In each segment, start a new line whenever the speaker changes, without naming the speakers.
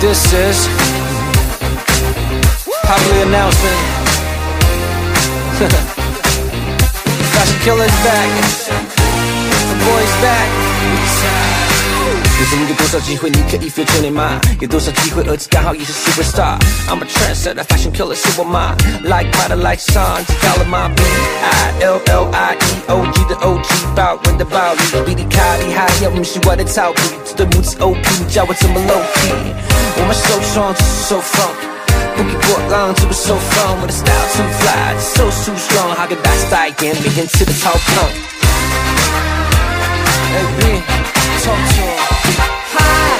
This is Popular announcement. Fashion killer's back. The boy's back. 人生有多少机会你可以 feel 你吗？有多少机会儿子刚好也是 super star。I'm a trendsetter, fashion killer 是我妈。Like my like sun，知道了吗？B I L L I E O G 的 O G，豹纹的暴力，比你卡厉害，要不是我的草皮，这对母子 O P，叫我怎么 low key？我们受创，只是受放。不给波浪，这不受放。我的 style too fly，so too strong，好个大 style，每天吃的超胖。哎，B，超重。
嗨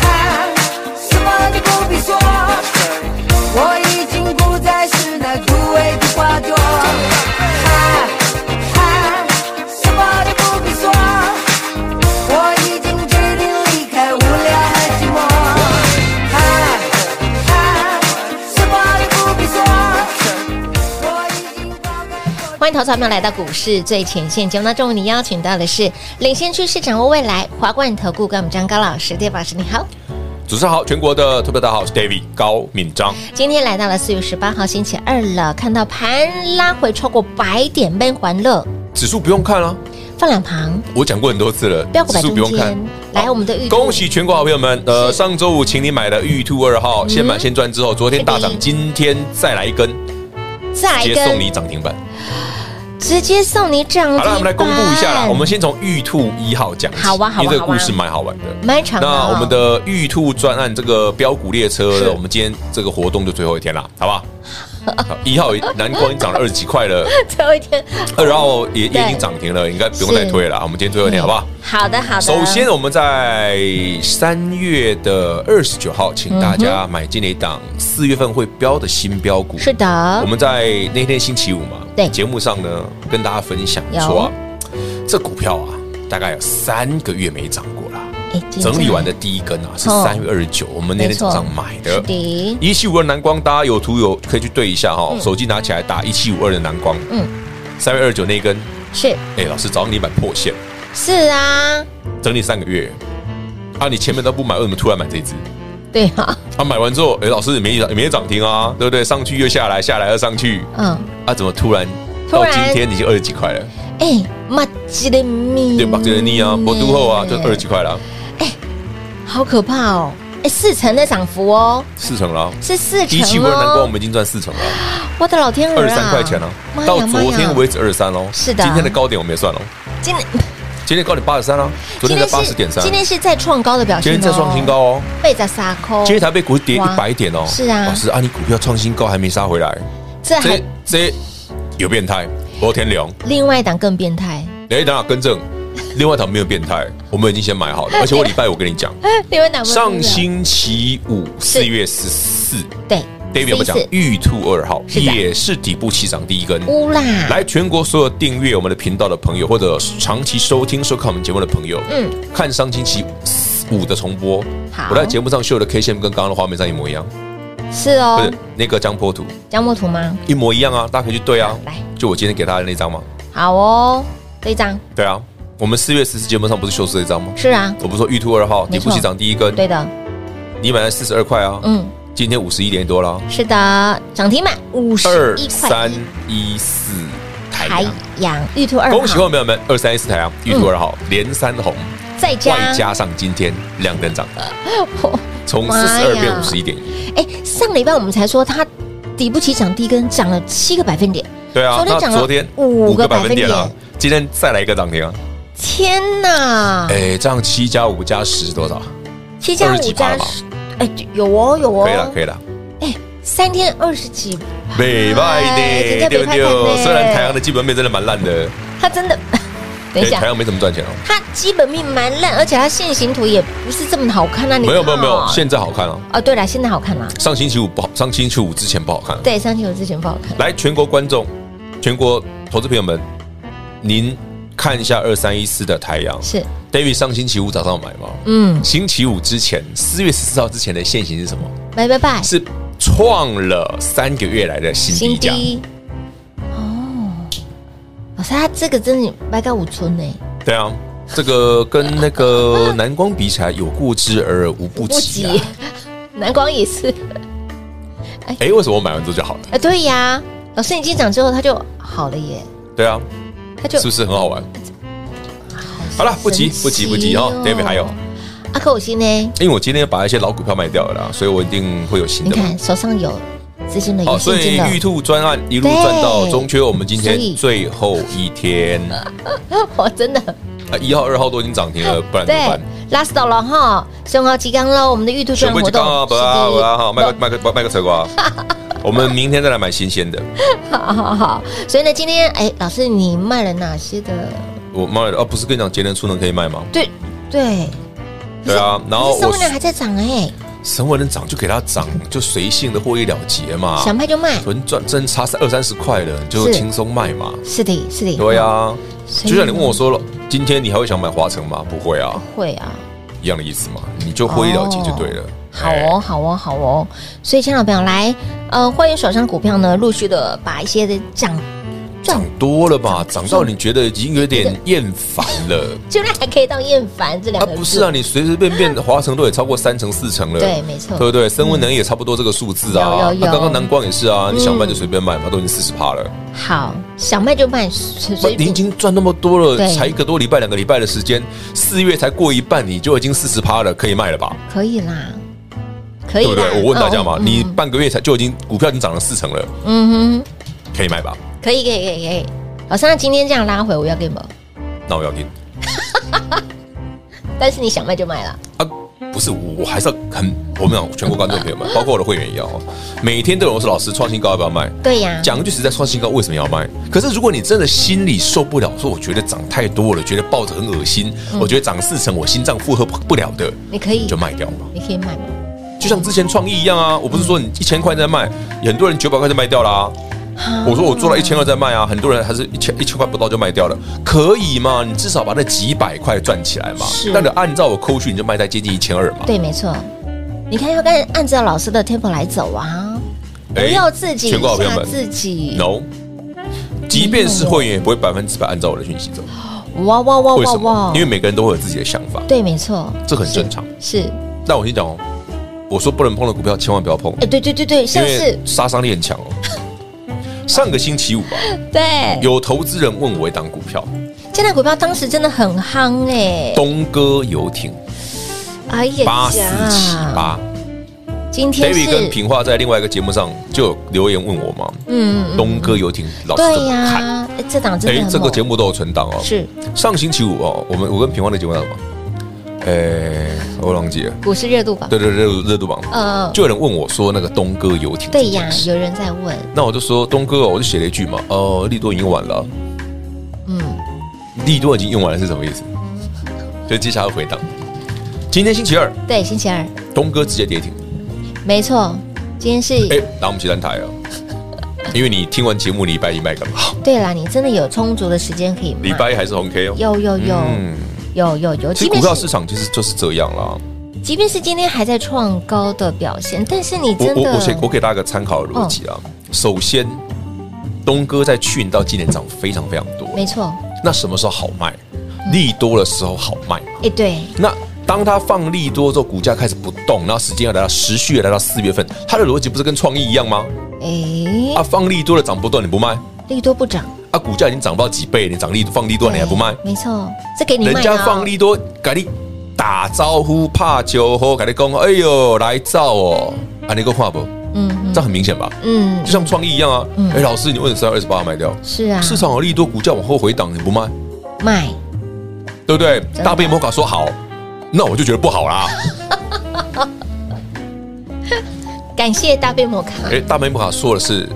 嗨，什么都不必说，我已经不再是那枯萎的花朵。嗨嗨，什么都不必说，我已经决定离开无聊和寂寞。嗨嗨，什么都不必说，我已经抛开过去。
欢迎投资朋友们来到股市最前线节目当中，你邀请到的是领先趋势、掌握未来华冠投顾跟我们张高老师，对老师你好。
主持人好，全国的特别大家好，我是 David 高敏章。
今天来到了四月十八号星期二了，看到盘拉回超过百点，闷环乐
指数不用看啊，
放两旁，
我讲过很多次了
标，股
指
摆
数
中
不用看
间。。来，我们的预
恭喜全国好朋友们！呃，
是
上周五请你买的玉兔二
嗯
号，先买先赚之后，昨天大涨
哎，
今天再来一根，
再来
直
一
接
根
送你涨停板。
直接送你涨停
好
板。
了，我们来公布一下啦。我们先从玉兔一号讲起，
好啊好啊
因为这个
好啊
故事蛮好玩的。
蛮长的哦
那我们的玉兔专案这个标股列车
是
呢，我们今天这个活动就最后一天啦，好不好？好一号难怪你涨了二十几块了，
最后一天。
二号也也已
对
经涨停了，应该不用再
是嗯
推了啦。我们今天最后一天，好不好？
好的好的。
首先，我们在三月的二十九号，请大家买进了一档四月份会标的新标股。
是的
我，们在那天星期五嘛，
对
节目上呢跟大家分享
有
说、啊，这股票啊大概有三个月没涨过啦。
哎今天
整理完的第一根啊是
哦
三月二十九，我们那天早上买
是
的。
的，
一七五二南光，大家有图有可以去对一下哈、哦，手机拿起来打一七五二的南光，
嗯，
三月二十九那一根，
是
哎，老师早上你买破线，
是啊，
整理三个月，啊，你前面都不买，为什么突然买这一只？
对啊，
啊，买完之后，哎，老师也没也没涨停啊，对不对？上去又下来，下来又上去，
嗯，
啊，怎么突然
突
到
然
今天已经二十几块了？
哎，马吉的咪，
对，把这个逆啊，博都后啊，就二十几块了啊，
好可怕哦！哎，四成的涨幅哦，
四成了啊。
是四成
一七五二南光，我
哦！
们已经赚四成了啊，
我的老天鹅啊，
二十三块钱了
妈，呀
到昨天，
妈呀
为止二十三喽。
是的
今天的高点我们也算了，
今天
今天高点八十三了，昨天在八十点三，
今天是在创高的表
今
现哦，
天再创新高哦。
被在杀空，
今天台北股市跌
哇
一百点哦，
是啊
老师啊，你股票创新高还没杀回来，
这还
这这有变态，罗天良，
另外一档更变态，
哎，等下更正，另外一档没有变态，我们已经先 买好了，而且我礼拜我跟你讲，
另外一档
上星期五
是
四月十四
对
，David 有没有讲
四一四
玉兔二号
是的
也是底部起涨第一根？
乌啦，
来，全国所有订阅我们的频道的朋友，或者长期收听、收看我们节目的朋友，
嗯
嗯，看上星期五的重播
好，哦
我在节目上秀的 K 线跟刚刚的画面上一模一样，
是
不
哦
是，那个江波图，
江墨图吗？
一模一样啊，大家可以去对啊
来。
就我今天给大家的那张嘛，
好哦，这一张
对啊，我们四月十四节目上不是秀出这张吗？
是啊，
我不是说玉兔二号
没
底
错
部起涨第一根，
对的，
你买了四十二块啊，
嗯，
今天五十一点多啦，
是的，涨停板五十
二
一块
三
一
一啊四台
海
阳，
洋玉兔二号，
恭喜各位朋友们，二三一四台阳，玉兔二号连三红，
再加
外加上今天亮灯涨，
哦
从
妈
四十
呀
二变五十一点一，
哎，上礼拜我们才说它底不起涨第一根涨了七个百分点，
对啊
昨，天
那
涨了
昨天
五个百分点
啊，今天再来一个涨停啊，
天哪！
哎，这样七加五加十多少？啊
七加
二
五
十几
加
趴吧
十，哎，有哦有哦，
可以了，可以了。
哎，三天二十几，
北拜
哎真的北
呢，对不
派派呢
对？虽然台阳的基本面真的蛮烂的，
它真的 等一下
台上没怎么赚钱哦。
它基本面蛮烂，而且它线形图也不是这么好看啊。你
没有没有没有，
看
现在好看哦。
哦，对了，现在好看啦。
上星期五不好，上星期五之前不好看。
对，上期我之前不好看。
来，全国观众、全国投资朋友们，您看一下二三一四的太阳
是，
，David 上星期五早上买吗？
嗯，
星期五之前，四月十四号之前的现行是什么？
拜拜拜，
是创了三个月来的新低价。
哦，老师，他这个真的拜到五村呢，
对啊，这个跟那个蓝光比起来，有过之而无不
不
及啊
急。，南光也是。
哎、为什么我买完之后就好了？
啊，对呀，老师你进场之后他就好了耶，
对啊，
他就是
不是很好玩？好了，不急
神奇
不急不急哦
哦
，David 还有，
阿克我心呢？
因为我今天把一些老股票卖掉了啦，所以我一定会有新
你
的嘛。
看手上有资金了，
好，
有
所
现
以
金
玉
了，
兔专案一路赚到中秋，我们今
所以
天最后一天，
我真的
啊，一号、二号都已经涨停了，不然怎么
对
办？
last 到了哈，胸高鸡缸喽，我们的玉兔券
全部
活
去
动
刚啊，不啊
是
不啊，好，卖个卖个卖个吃 瓜。我们明天再来买新鲜的，
好好好，所以呢，今天哎，老师你卖了哪些的？
我卖了哦，不是跟你讲节能储能可以卖吗？
对对，
对啊， 然后
可是生
我
物量还在涨哎，
神文能涨就给它涨，就随性的获利了结嘛，
想卖就卖，
纯赚真差三二三十块了，你就是轻松卖嘛。
是的，是哦的，
对啊，
所以
就像你问我说了，今天你还会想买华城吗？不会啊，
会啊，
一样的意思嘛，你就获利了结就对了。
好哦，好哦，好哦。所以，亲爱的朋友，来，呃，欢迎手上股票呢，陆续的把一些的涨
哎，
赚
涨，多了吧，涨到你觉得已经有点厌烦了。
居然还可以当厌烦这两
啊，
个字、
不是啊，，你随随便便华城都也超过三成四成了，
对没错嗯
对不对？升温能也差不多这个数字
有
啊。
有有嗯
那刚刚南光也是啊，你想卖就随便卖嘛，都已经四十趴了。
好，想卖就卖，随
不
随
你已
便。
经赚那么多了，
对
才一个多礼拜、两个礼拜的时间，四月才过一半，你就已经四十趴了，可以卖了吧？
可以啦，可以
对
啦。
不对？我问大家嘛，
哦
你半个月才就已经股票已经涨了四成了，
嗯哼，
可以卖吧？
可以，可以，可以，可以。老师，那今天这样拉回，我要给你们，
那我要听
但是你想卖就卖啦。
啊，不是我，我还是要很，我们讲全国观众朋友们，包括我的会员也要哦，每天都有人说老师创新高要不要卖？
对呀、
讲句实在，创新高为什么要卖？可是如果你真的心里受不了，说我觉得涨太多了，觉得抱着很恶心，我觉得涨四成我心脏负荷不不了的，
嗯你可以
你就，卖掉嘛。
你可以卖吗？
就像之前创意一样啊，我不是说你一千块在卖，很多人九百块就卖掉啦、
啊
我说我做到一千二再卖啊，很多人还是一千一千块不到就卖掉了，可以嘛？你至少把那几百块赚起来嘛。
是
那你按照我扣去，你就卖在接近一千二嘛。
对，没错。你看，要按按照老师的 tempo 来走啊，不
哎
要自己
全国好朋友
吓
们
自己。
，no，即便是会员也不会百分之百按照我的讯息走。
哇哇哇
为
哇
什么
哦哇！？
因为每个人都会有自己的想法，
对，没错，
这很正常。
是，是
但我先讲哦，我说不能碰的股票千万不要碰，
哎，对对对对，
因
像
为
是
杀伤力很强哦。 上个星期五
哎
吧，
对，
有投资人问我一档股票，
这档股票当时真的很夯哎，
东哥游艇
哎呀
八四七八
今天
，David 跟
是，
平化在另外一个节目上就有留言问我嘛，
嗯，
东哥游艇老师怎
对
么看？
呀，哎这档真的
哎
很，猛
这个节目都有存档哦。
是
上星期五哦，我们我跟平化的节目叫什么？哎，我忘记了。
股市热度榜，
对对对，热度榜。
呃，
就有人问我说那个东哥游艇这
对呀
件，事，
有人在问，
那我就说东哥哦，我就写了一句嘛，哦，利多已经用完了，
嗯，
利多已经用完了是什么意思？就接下来回档。今天星期二，
对，星期二，
东哥直接跌停，
没错，今天
哎、
是，
拿我们去单台哦，因为你听完节目礼拜一卖干 嘛？
对啦，你真的有充足的时间可以卖
礼，拜一还是红 K 哦。
有有有
嗯，
有有有，
其
即
实股
便
票
是
市场其实就是这样啦。
即便是今天还在创高的表现，但是你
我
真
我我给
的嗯
我给大家一个参考的逻辑啊。首先，东哥在去年到今年涨非常非常多，
没错，
那什么时候好卖？利多的时候好卖嘛
哎对，
那当它放利多之后，股价开始不动，然后时间要来到持续地来到四月份，它的逻辑不是跟创意一样吗？
哎，
啊，放利多的涨不动，你不卖
利多不涨，
啊，股价已经涨到几倍，你涨利放利多你还不卖？
没错，这给你卖
人
的哦
家放利多，给你打招呼，怕酒喝，给你讲，哎呦来造哦，啊，你个话不？
嗯
这样很明显吧？
嗯
就，像创意一样啊，哎，老师，你问三二十八卖掉，
是啊，
市场有利多，股价往后回档，你不卖，
卖
对不对？
的
大杯摩卡说好，那我就觉得不 好啦。
感谢大杯摩卡
哎，大美摩卡说的是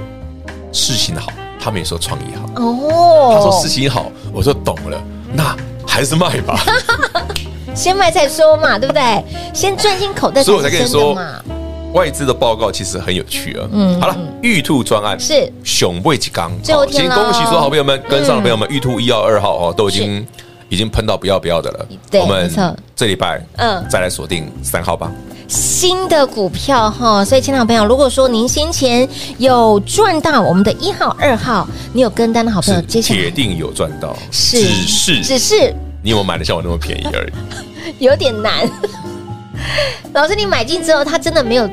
事情好，他们也说创意好。
哦，
他说事情好，我说懂了。那还是卖 吧。
先卖再说嘛，对不对？先赚进口袋才
所以我才
是
跟你
真的
说
嘛。，
外资的报告其实很有趣啊。
嗯
嗯，好了，玉兔专案
是
熊未几刚，
最后一
今
天
天
喽
恭喜所有好朋友们跟上
嗯
的朋友们，玉兔一号、二号哦，都已经已经喷到不要不要的了。
对
我
没
们
错
这礼拜
嗯
嗯再来锁定三号吧。
新的股票哈，所以亲爱的朋友，如果说您先前有赚到我们的一号、二号，你有跟单的好朋友，
是
呃接下
铁
来
定有赚到，
是
只是
只是
你有没有买的像我那么便宜而已。
有点难。 老师，你买进之后，它真的没有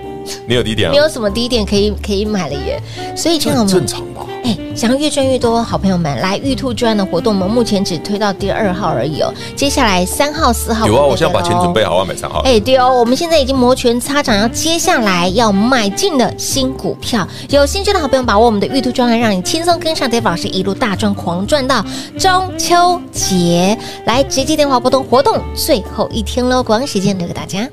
你有低点
没
啊
有？什么低点可以可以买了耶，所以亲爱的
很
朋友
正。常吧？
哎，想要越赚越多，好朋友们，来玉兔专的活动，我们目前只推到第二号而已哦。接下来三号、四号
有啊，
不会
我现在把
了
钱
哦
准备好，我要买三号了。
哎，对哦，我们现在已经摩拳擦掌，要接下来要买进的新股票，有兴趣的好朋友把握我们的玉兔专案，让你轻松跟上 Dave 老师一路大赚狂赚到中秋节。来，直接电话拨通活动最后一天喽，广告时间留给大家。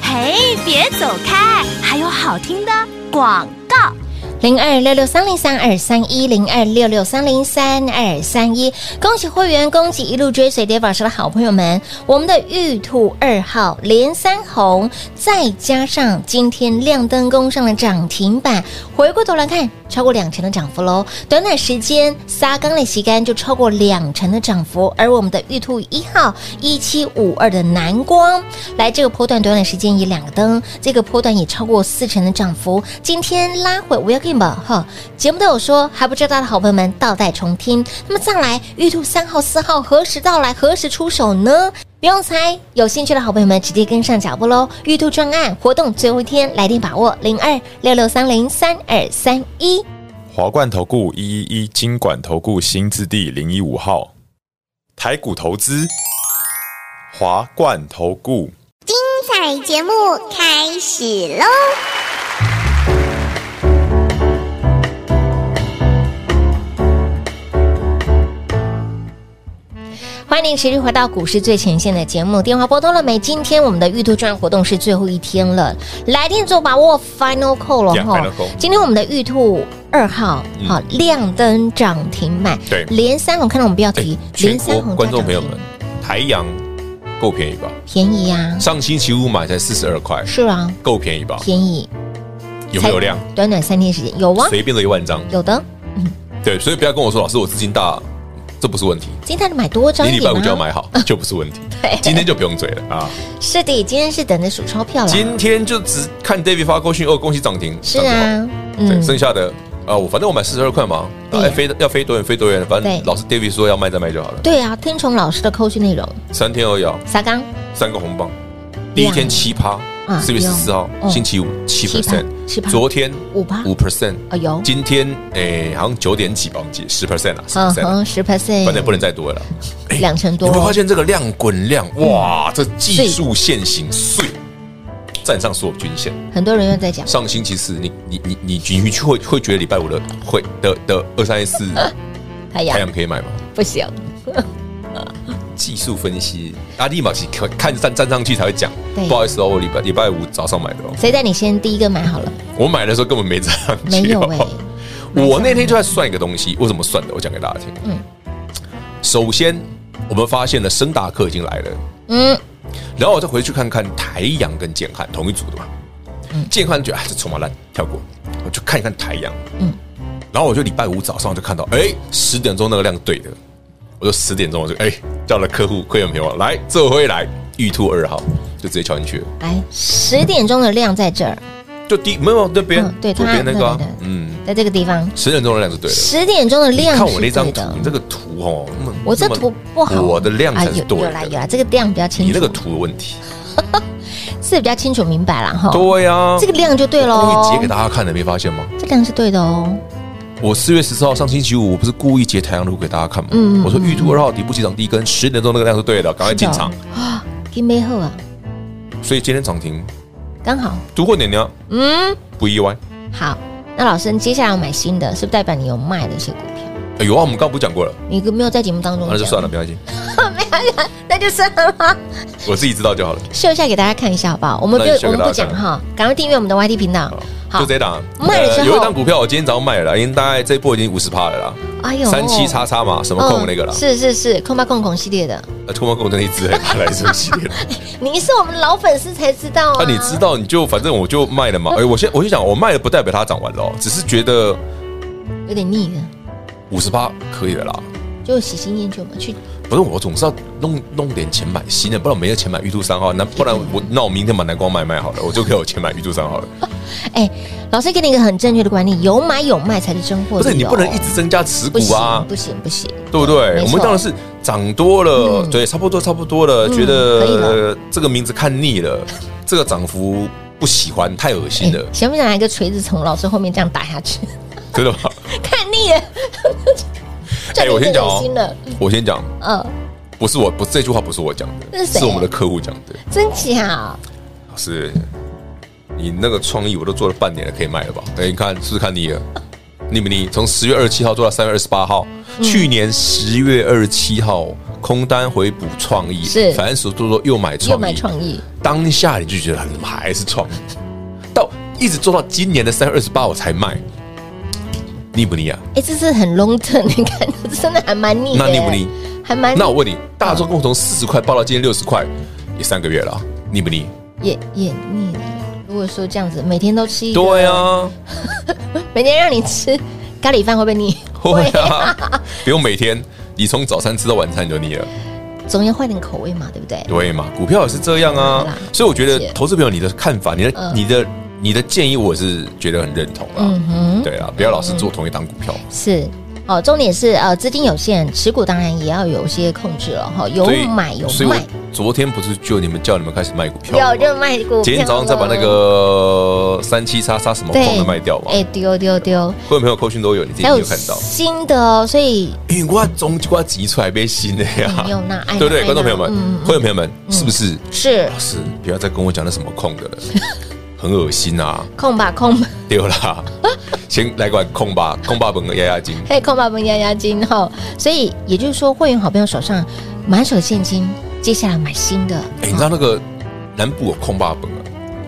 嘿，别走开，还有好听的广告。
零二六六三零三二三一零二六六三零三二三一。恭喜会员，恭喜一路追随 Dave 老师的好朋友们！我们的玉兔二号连三红，再加上今天亮灯攻上了涨停板，回过头来看，超过两成的涨幅喽。短短时间，撒刚的旗杆就超过两成的涨幅，而我们的玉兔一号一七五二的蓝光，来这个波段短短时间也两个灯，这个波段也超过四成的涨幅。今天拉回 w e l c o m 吧哈，节目都有说，还不知道的好朋友们倒带重听。那么再来，玉兔三号、四号何时到来，何时出手呢？不用猜，有兴趣的好朋友们直接跟上脚步喽！玉兔专案活动最后一天，来电把握零二六六三零三二三一。
华冠投顾一一一金管投顾新字第零一五号，台股投资，华冠投顾。
彩节目开始喽！
欢迎您持续回到股市最前线的节目，电话拨通了没？今天我们的玉兔专活动是最后一天了，来电做把握 final call 了
Yeah，
哈
final call。
今天我们的玉兔二号
嗯
好、亮灯涨停板，
对
连三红看到我们标
哎
题，
全
连三
国
红哎
观众
加
朋友
涨
们
停，
台阳够便宜吧？
便宜啊，
上星期五买才四十二块，
是啊，
够便宜吧？
便宜
有没有量？？
才短短三天时间有啊，
随便都一万张。
有的。
对，所以不要跟我说老师我资金大，这不是问题。
今天你买多张
你
一
礼
点
拜五就要
啊？
买好，就不 是问题。今天就不用追了啊！
是的，今天是等着数钞票了。
今天就只看 David 发过去哦，恭喜涨停，
是
这样
啊，
就好。对，
嗯，
剩下的啊，我反正我买四十二块嘛，
对
啊要飞要飞多远飞多远，反
对
正老师 David 说要卖再卖就好了。
对啊，听从老师的扣讯内容，
三天而已啊，
撒刚
三个红棒，第一天七趴
啊，
四月十四号
有哦
星期五七 percent，
7%
昨天
5%
五 percent，
啊哦有
今天诶好像九点几吧，忘记十 percent 啊，十
嗯
percent，
哼，十 percent，
反正不能再多了啦。
两成
你
多嗯
会，发现这个量滚量，哇，这技术线型碎，站上所有均线。
很多人又在讲，
上星期四，你你你你你去会会觉得礼拜五的会的的二三四
呃太
太
阳
阳可以买吗？
哎不行，
技术分析，阿立马是看看站站上去才会讲
对。
不好意思哦，我礼拜礼拜五早上买的哦，
谁带你先第一个买好了？
我买的时候根本没站上去。哦
没有哎，
我那天就在算一个东西，我怎么算的？我讲给大家听。
嗯
首先我们发现了深达克已经来了，
嗯，
然后我再回去看看台阳跟建汉同一组的嘛，建汉觉得啊这筹码烂，跳过，我就看一看台阳，
嗯
嗯，然后我就礼拜五早上就看到，哎，十点钟那个量对的，我就十点钟我就哎叫了客户会员朋友来，这回来玉兔二号就直接敲进去了，
来，哎十点钟的量在这儿，
就第没有那边
嗯对
左边
它
那个啊
对对对
嗯，
在这个地方，
十点钟的量就对了。
十点钟的
你
量
看
是
我那张
对
图，
的
你。这个图哦，那么
我这
那么
图不好，啊
我的量才是
有
对
有啦有
的。
啦，这个量比较清楚，
你那个图有问题，
是比较清楚明白了哈。
对呀，
这个量就对
我故意
喽
截给，大家看的，没发现吗？
这量是对的哦。
我四月十四号上星期五，我不是故意截太阳图给大家看吗？
嗯
我说玉兔二号底部起涨第一根，十点钟那个量是对的，赶快进场
是。的啊，金杯后啊，
所以今天涨停，
刚好，
突破点呢
嗯，
不意外。
好。那老师，你接下来要买新的，是不是代表你有卖的一些股票？
哎有啊，我们刚刚不是讲过了，
你没有在节目当中，
那就 算了，，没关系，
啊那就算了吗？
我自己知道就好了。
秀一下给大家看一下好不好？我们不
那你秀
我
给
们
大家
不讲
看
哈，赶快订阅我们的 YT 频道。
就这一档。啊呃
卖了之后
有一档股票我今天早上卖了啦，因为大概这一波已经五十趴了啦。
哎呦
三七叉叉嘛，什么控那个啦
嗯，是是是，空八控控系列的，
呃，突然跟我那一 只还来这个系列的。
你是我们老粉丝才知道
那
啊，
你知道你就反正我就卖了
嗯
嘛。哎，我先我就讲，我卖了不代表它涨完了哦，只是觉得
有点腻了，
五十趴可以了啦。
就喜新厌旧嘛，去
不是我总是要弄弄点钱买新的，不然我没有钱买玉兔三号，那不然我那我明天把蓝光卖卖好了，我就可以有钱买玉兔三号了。
哎，老师给你一个很正确的观念，有买有卖才是真货、
不是你不能一直增加持
哦不
股
行
啊，
哦啊不行不行，
对
没
不对？
错
我们当然是涨多了，
嗯
对，差不多差不多了，
嗯
觉
可以了
得这个名字看腻了，这个涨幅不喜欢，太恶心了
哎，想不想拿一个锤子从老师后面这样打下去？
真的吗？
看腻了，
哎我先讲哦
恶心了，
我先讲，
嗯，
不是我不这句话不是我讲
那
的，
是谁啊
是我们的客户讲的，
真假？
老师，你那个创意我都做了半年了，可以卖了吧？哎，你看是不是 看腻了？腻不腻？从十月二十七号做到三月二十八号，
嗯
去年十月二十七号空单回补创意，
是
反正说多多又买创意，
又买创意，
当下你就觉得嗯还是 创，到一直做到今年的三月二十八我才卖，腻不腻啊？
哎，这是很 long term，你看 真的还蛮腻的，
那腻不腻？
还蛮腻
那我问你，大
嗯
众共同四十块报到今天六十块，也三个月了啊，腻不腻？
也也腻了。如果说这样子，每天都吃一个，
对，啊，
每天让你吃咖喱饭会不会腻？
会啊，不用每天，你从早餐吃到晚餐你就腻了，
总要换点口味嘛，对不对？
对嘛？股票也是这样
对啦
啊，所以我觉
了解
得投资朋友你的看法，你的
嗯
你的你的建议，我是觉得很认同
嗯
啦。
哼。
对啊，不要老是做同一档股票。
是。哦，重点是呃，资金有限，持股当然也要有一些控制了哈，有
所以
买有
所以我
卖，
昨天不是就你们叫你们开始卖股票吗，
有就卖股票了。
今天早上再把那个三七叉叉什么空的卖掉嘛。
哎，丢丢丢，
会员朋友扣讯都有，你自己
还
有
有
看到。
新的哦，所以
因为我中我挤出来被新的呀
没有哎那，爱
对不对？
哪
观众朋
爱
友
哪
们
嗯，
会员朋友们，是不是？
是
老师，不要再跟我讲那什么空的了， 很恶心啊！
空吧空吧，
对 啦，先来管空吧，空吧本的压压惊。
嘿，空吧们压压惊哈。所以也就是说，会员好朋友手上满手现金，接下来买新的，
哎，你知道那个南部有空吧本啊，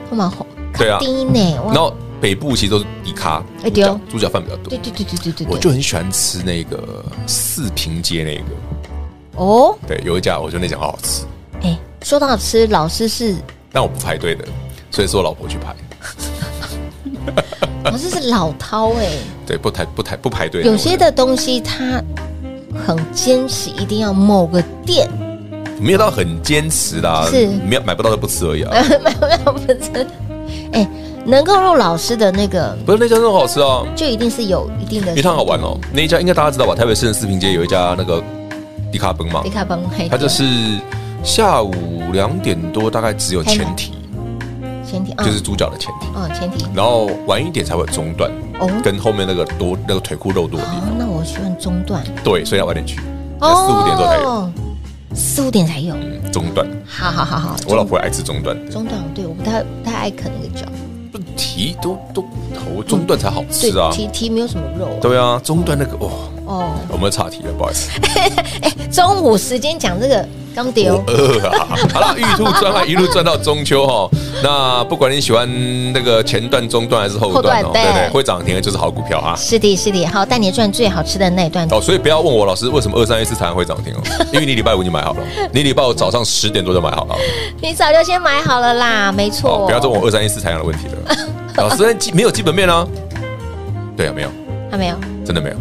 空吧红，
对啊
第一呢，哇
然后北部其实都是底咖，
哎
猪
对哦
脚猪脚饭比较多
对。对对对对对，
我
对
就很喜欢吃那个四平街那个，
哦，
对，有一家我觉得那家好好吃，
哎，说到吃，老师是
但我不排队的，所以是我老婆去排，啊
老师是老饕哎。
对，不排不排不排队。
有些的东西它很坚持，一定要某个店，
没有到很坚持啦，
是嗯
没有买不到就不吃而已啊。
要不然，哎，能够入老师的那个，
不是那家真的很好吃啊，
就一定是有一定的。
因为它好玩哦。那一家应该大家知道吧？台北市的四平街有一家那个迪卡崩嘛
迪，卡邦黑，
它就是下午两点多大概只有前提，
前提，
就是猪脚的前提，
哦，前提
然后晚一点才会有中段
哦，
跟后面那个多那个腿裤肉多的地方。
哦，那我喜欢中段哦
对，所以要晚点去，四五点多才有。，
四五点才有。
嗯，中段，
好好好好，
我老婆也爱吃中段，
中段对，我不太不太爱啃那个脚，
不提都都头中段才好
对
吃啊，。
蹄蹄没有什么肉啊。
对啊，中段那个哦，
哦，
我们岔题了，不好意思，
中午时间讲这个哦刚
我
丢，
饿啊。好了，玉兔专案一路赚到中秋哈，那不管你喜欢那个前段、中段还是后段哦
后段，对
对对，会涨停的就是好股票啊。
是的，是的，好，带你赚最好吃的那一段
哦，所以不要问我老师为什么二三一四常常会涨停哦，因为你礼拜五你买好了，你礼拜五早上十点多就买好了，
你早就先买好了啦，没错。
哦，不要再问我二三一四太阳的问题了。老师基没有基本面啊？对啊，没有。
还没有。
真的没有。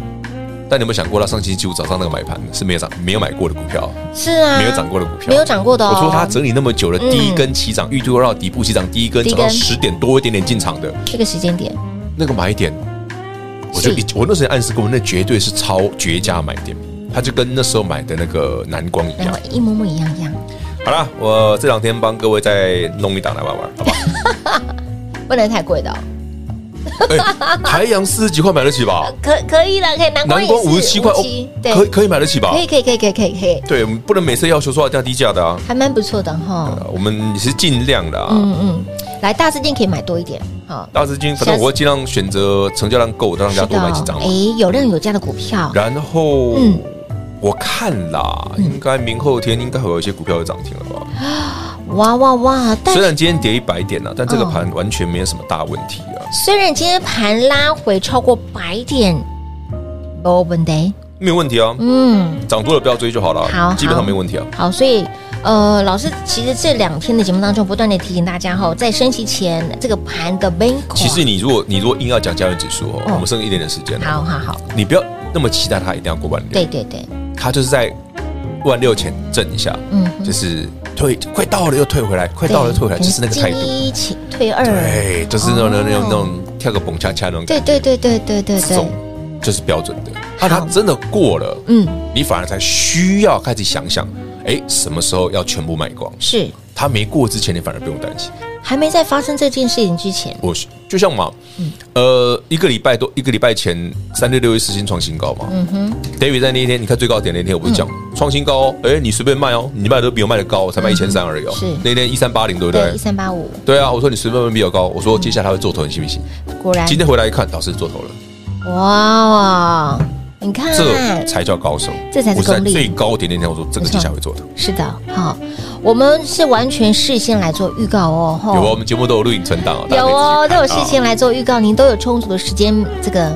但你有没有想过，他上星期五早上那个买盘是没有涨、没有买过的股票，
是啊，
没有涨过的股票，
没有涨过的哦。
我说它整理那么久了，
嗯
第一根起涨，预估到底部起涨，第一根
第一
涨
根
到十点多一点点进场的
这个时间点，
那个买点，我就一我那时候暗示过，那绝对是超绝佳买点，它就跟那时候买的那个蓝光一
然
样
后。一模模一样一样，
好啦，我这两天帮各位再弄一档来玩玩，好吧？
不能太贵的哦、
哎，台阳四十几块买得起 吧？
可可以了，可以。南光
蓝
也是
光五十七块，哦
57，对，
可以可以买得起吧
可？以，可以，可以，可以，可以，可以，
对，我们不能每次要求说要降低价的啊，
还蛮不错的哈、
我们也是尽量的啊。
嗯嗯，来大事件可以买多一点，好、
大资金，反正我会尽量选择成交量够的，让大家多买几张嘛
哎。，有量有价的股票，
然后，
嗯
我看啦，应该明后天应该会有一些股票有涨停了吧？
哇哇哇！但
虽
是哦
然今天跌一百点了，但这个盘完全没有什么大问题啊。
虽然今天盘拉回超过百点，没问题。
没有问题啊，
嗯，
涨多了不要追就好了，
好
基本上
好
没问题啊。
好，所以呃，老师其实这两天的节目当中，不断的提醒大家哈，在升息前这个盘的 main
其实你如果你如果硬要讲加元指数哦，
嗯
我们剩一点点时间了，啊
好好好，
你不要那么期待它一定要过万六，
对对对，
它就是在万六前震一下，
嗯哼
就是退快到了又退回来，快到了又退回来，就是那个态度
进，一起退二，
对，就是那种
哦
那种那种跳个蹦恰恰那种感
对
觉，
对对对对对
这种
对，
就是标准的。那它真的过了，
嗯，
你反而才需要开始想想，哎，什么时候要全部卖光？
是
它没过之前，你反而不用担心。
还没在发生这件事情之前，
我就像嘛，
嗯
呃，一个礼拜多，一个礼拜前三六六一四星创新高嘛。嗯哼，David 在那一天，你看最高点那天，我不是讲
嗯
创新高哦，哎，你随便卖哦，你卖的都比我卖的高，我才卖一千三而已哦。
嗯是
那天一三八零，对不
对，
对
一？三八五，
对啊，我说你随便卖比我高，我说接下来他会做头，你信不信？
果然，
今天回来一看，老师做头了，
哇，你看，
这才叫高手，
嗯这才是
我在
功力
最高点那天，我说这个接下来会做头。
是的，好、我们是完全事先来做预告哦，吼
有啊，我们节目都有录影存档啊，大家
有
可以自己
哦，都
看
有
啊
事情来做预告，您都有充足的时间这个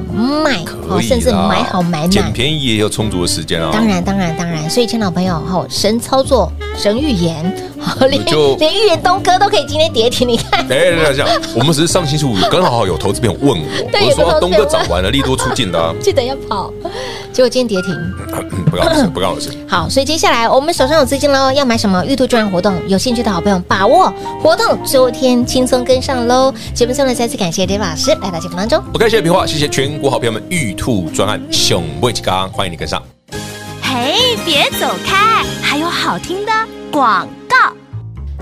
卖，
可以啦
哦甚至买好买
捡
满。
便宜也有充足的时间啊。
当然，当然，当然，所以，亲老朋友，哈，神操作，神预言， 好，连
就
连预言东哥都可以今天跌停，你看，
哎，等一下，我们只是上星期五刚好有投资朋友问我，
对
我就说
有个投
啊东
资朋友
哥涨完了，利多出尽 的啊，
记得要跑，结果今天跌停。
嗯不告诉不告诉，
好，所以接下来我们手上有资金喽，要买什么预兔专案活动，有兴趣的好朋友把握活动最后一天，轻松跟上喽。节目最后呢，再次感谢 David 老师来到节目当中。
OK，谢谢平话，谢谢全国好朋友们玉兔专案熊未吉刚，欢迎你跟上。
嘿，别走开，还有好听的广告。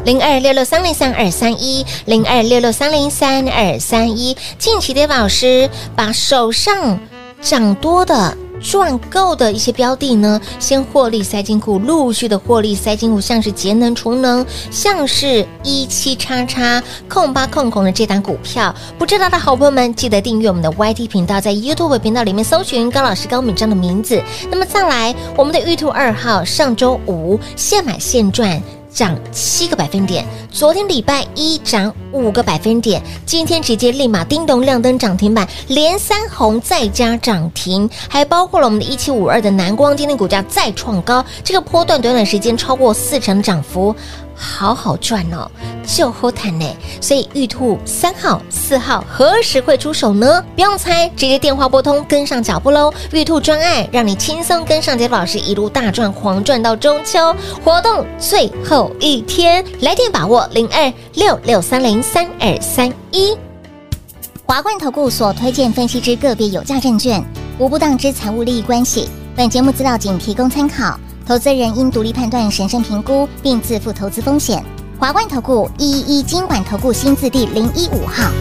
零二六六三零三二三一，零二六六三零三二三一。近期的老师把手上涨多的。赚够的一些标的呢，先获利塞进库，陆续的获利塞进库，像是节能储能，像是一七叉叉控八控控的这档股票，不知道的好朋友们记得订阅我们的 YT 频道，在 YouTube 频道里面搜寻高老师高敏章的名字。那么再来，我们的玉兔二号上周五现买现赚。涨七个百分点，昨天礼拜一涨五个百分点，今天直接立马叮咚亮灯涨停板，连三红再加涨停，还包括了我们的一七五二的南光，今天股价再创高，这个波段短短时间超过四成涨幅，好好赚哦，就后谈呢。所以玉兔三号、四号何时会出手呢？不用猜，直接电话拨通，跟上脚步喽！玉兔专案让你轻松跟上杰老师一路大赚狂赚到中秋，活动最后一天，来电把握零二六六三零三二三一。
华冠投顾所推荐分析之个别有价证券，无不当之财务利益关系。本节目资料仅提供参考，投资人应独立判断、审慎评估，并自负投资风险。华冠投顾一一一金管投顾新字第零一五号。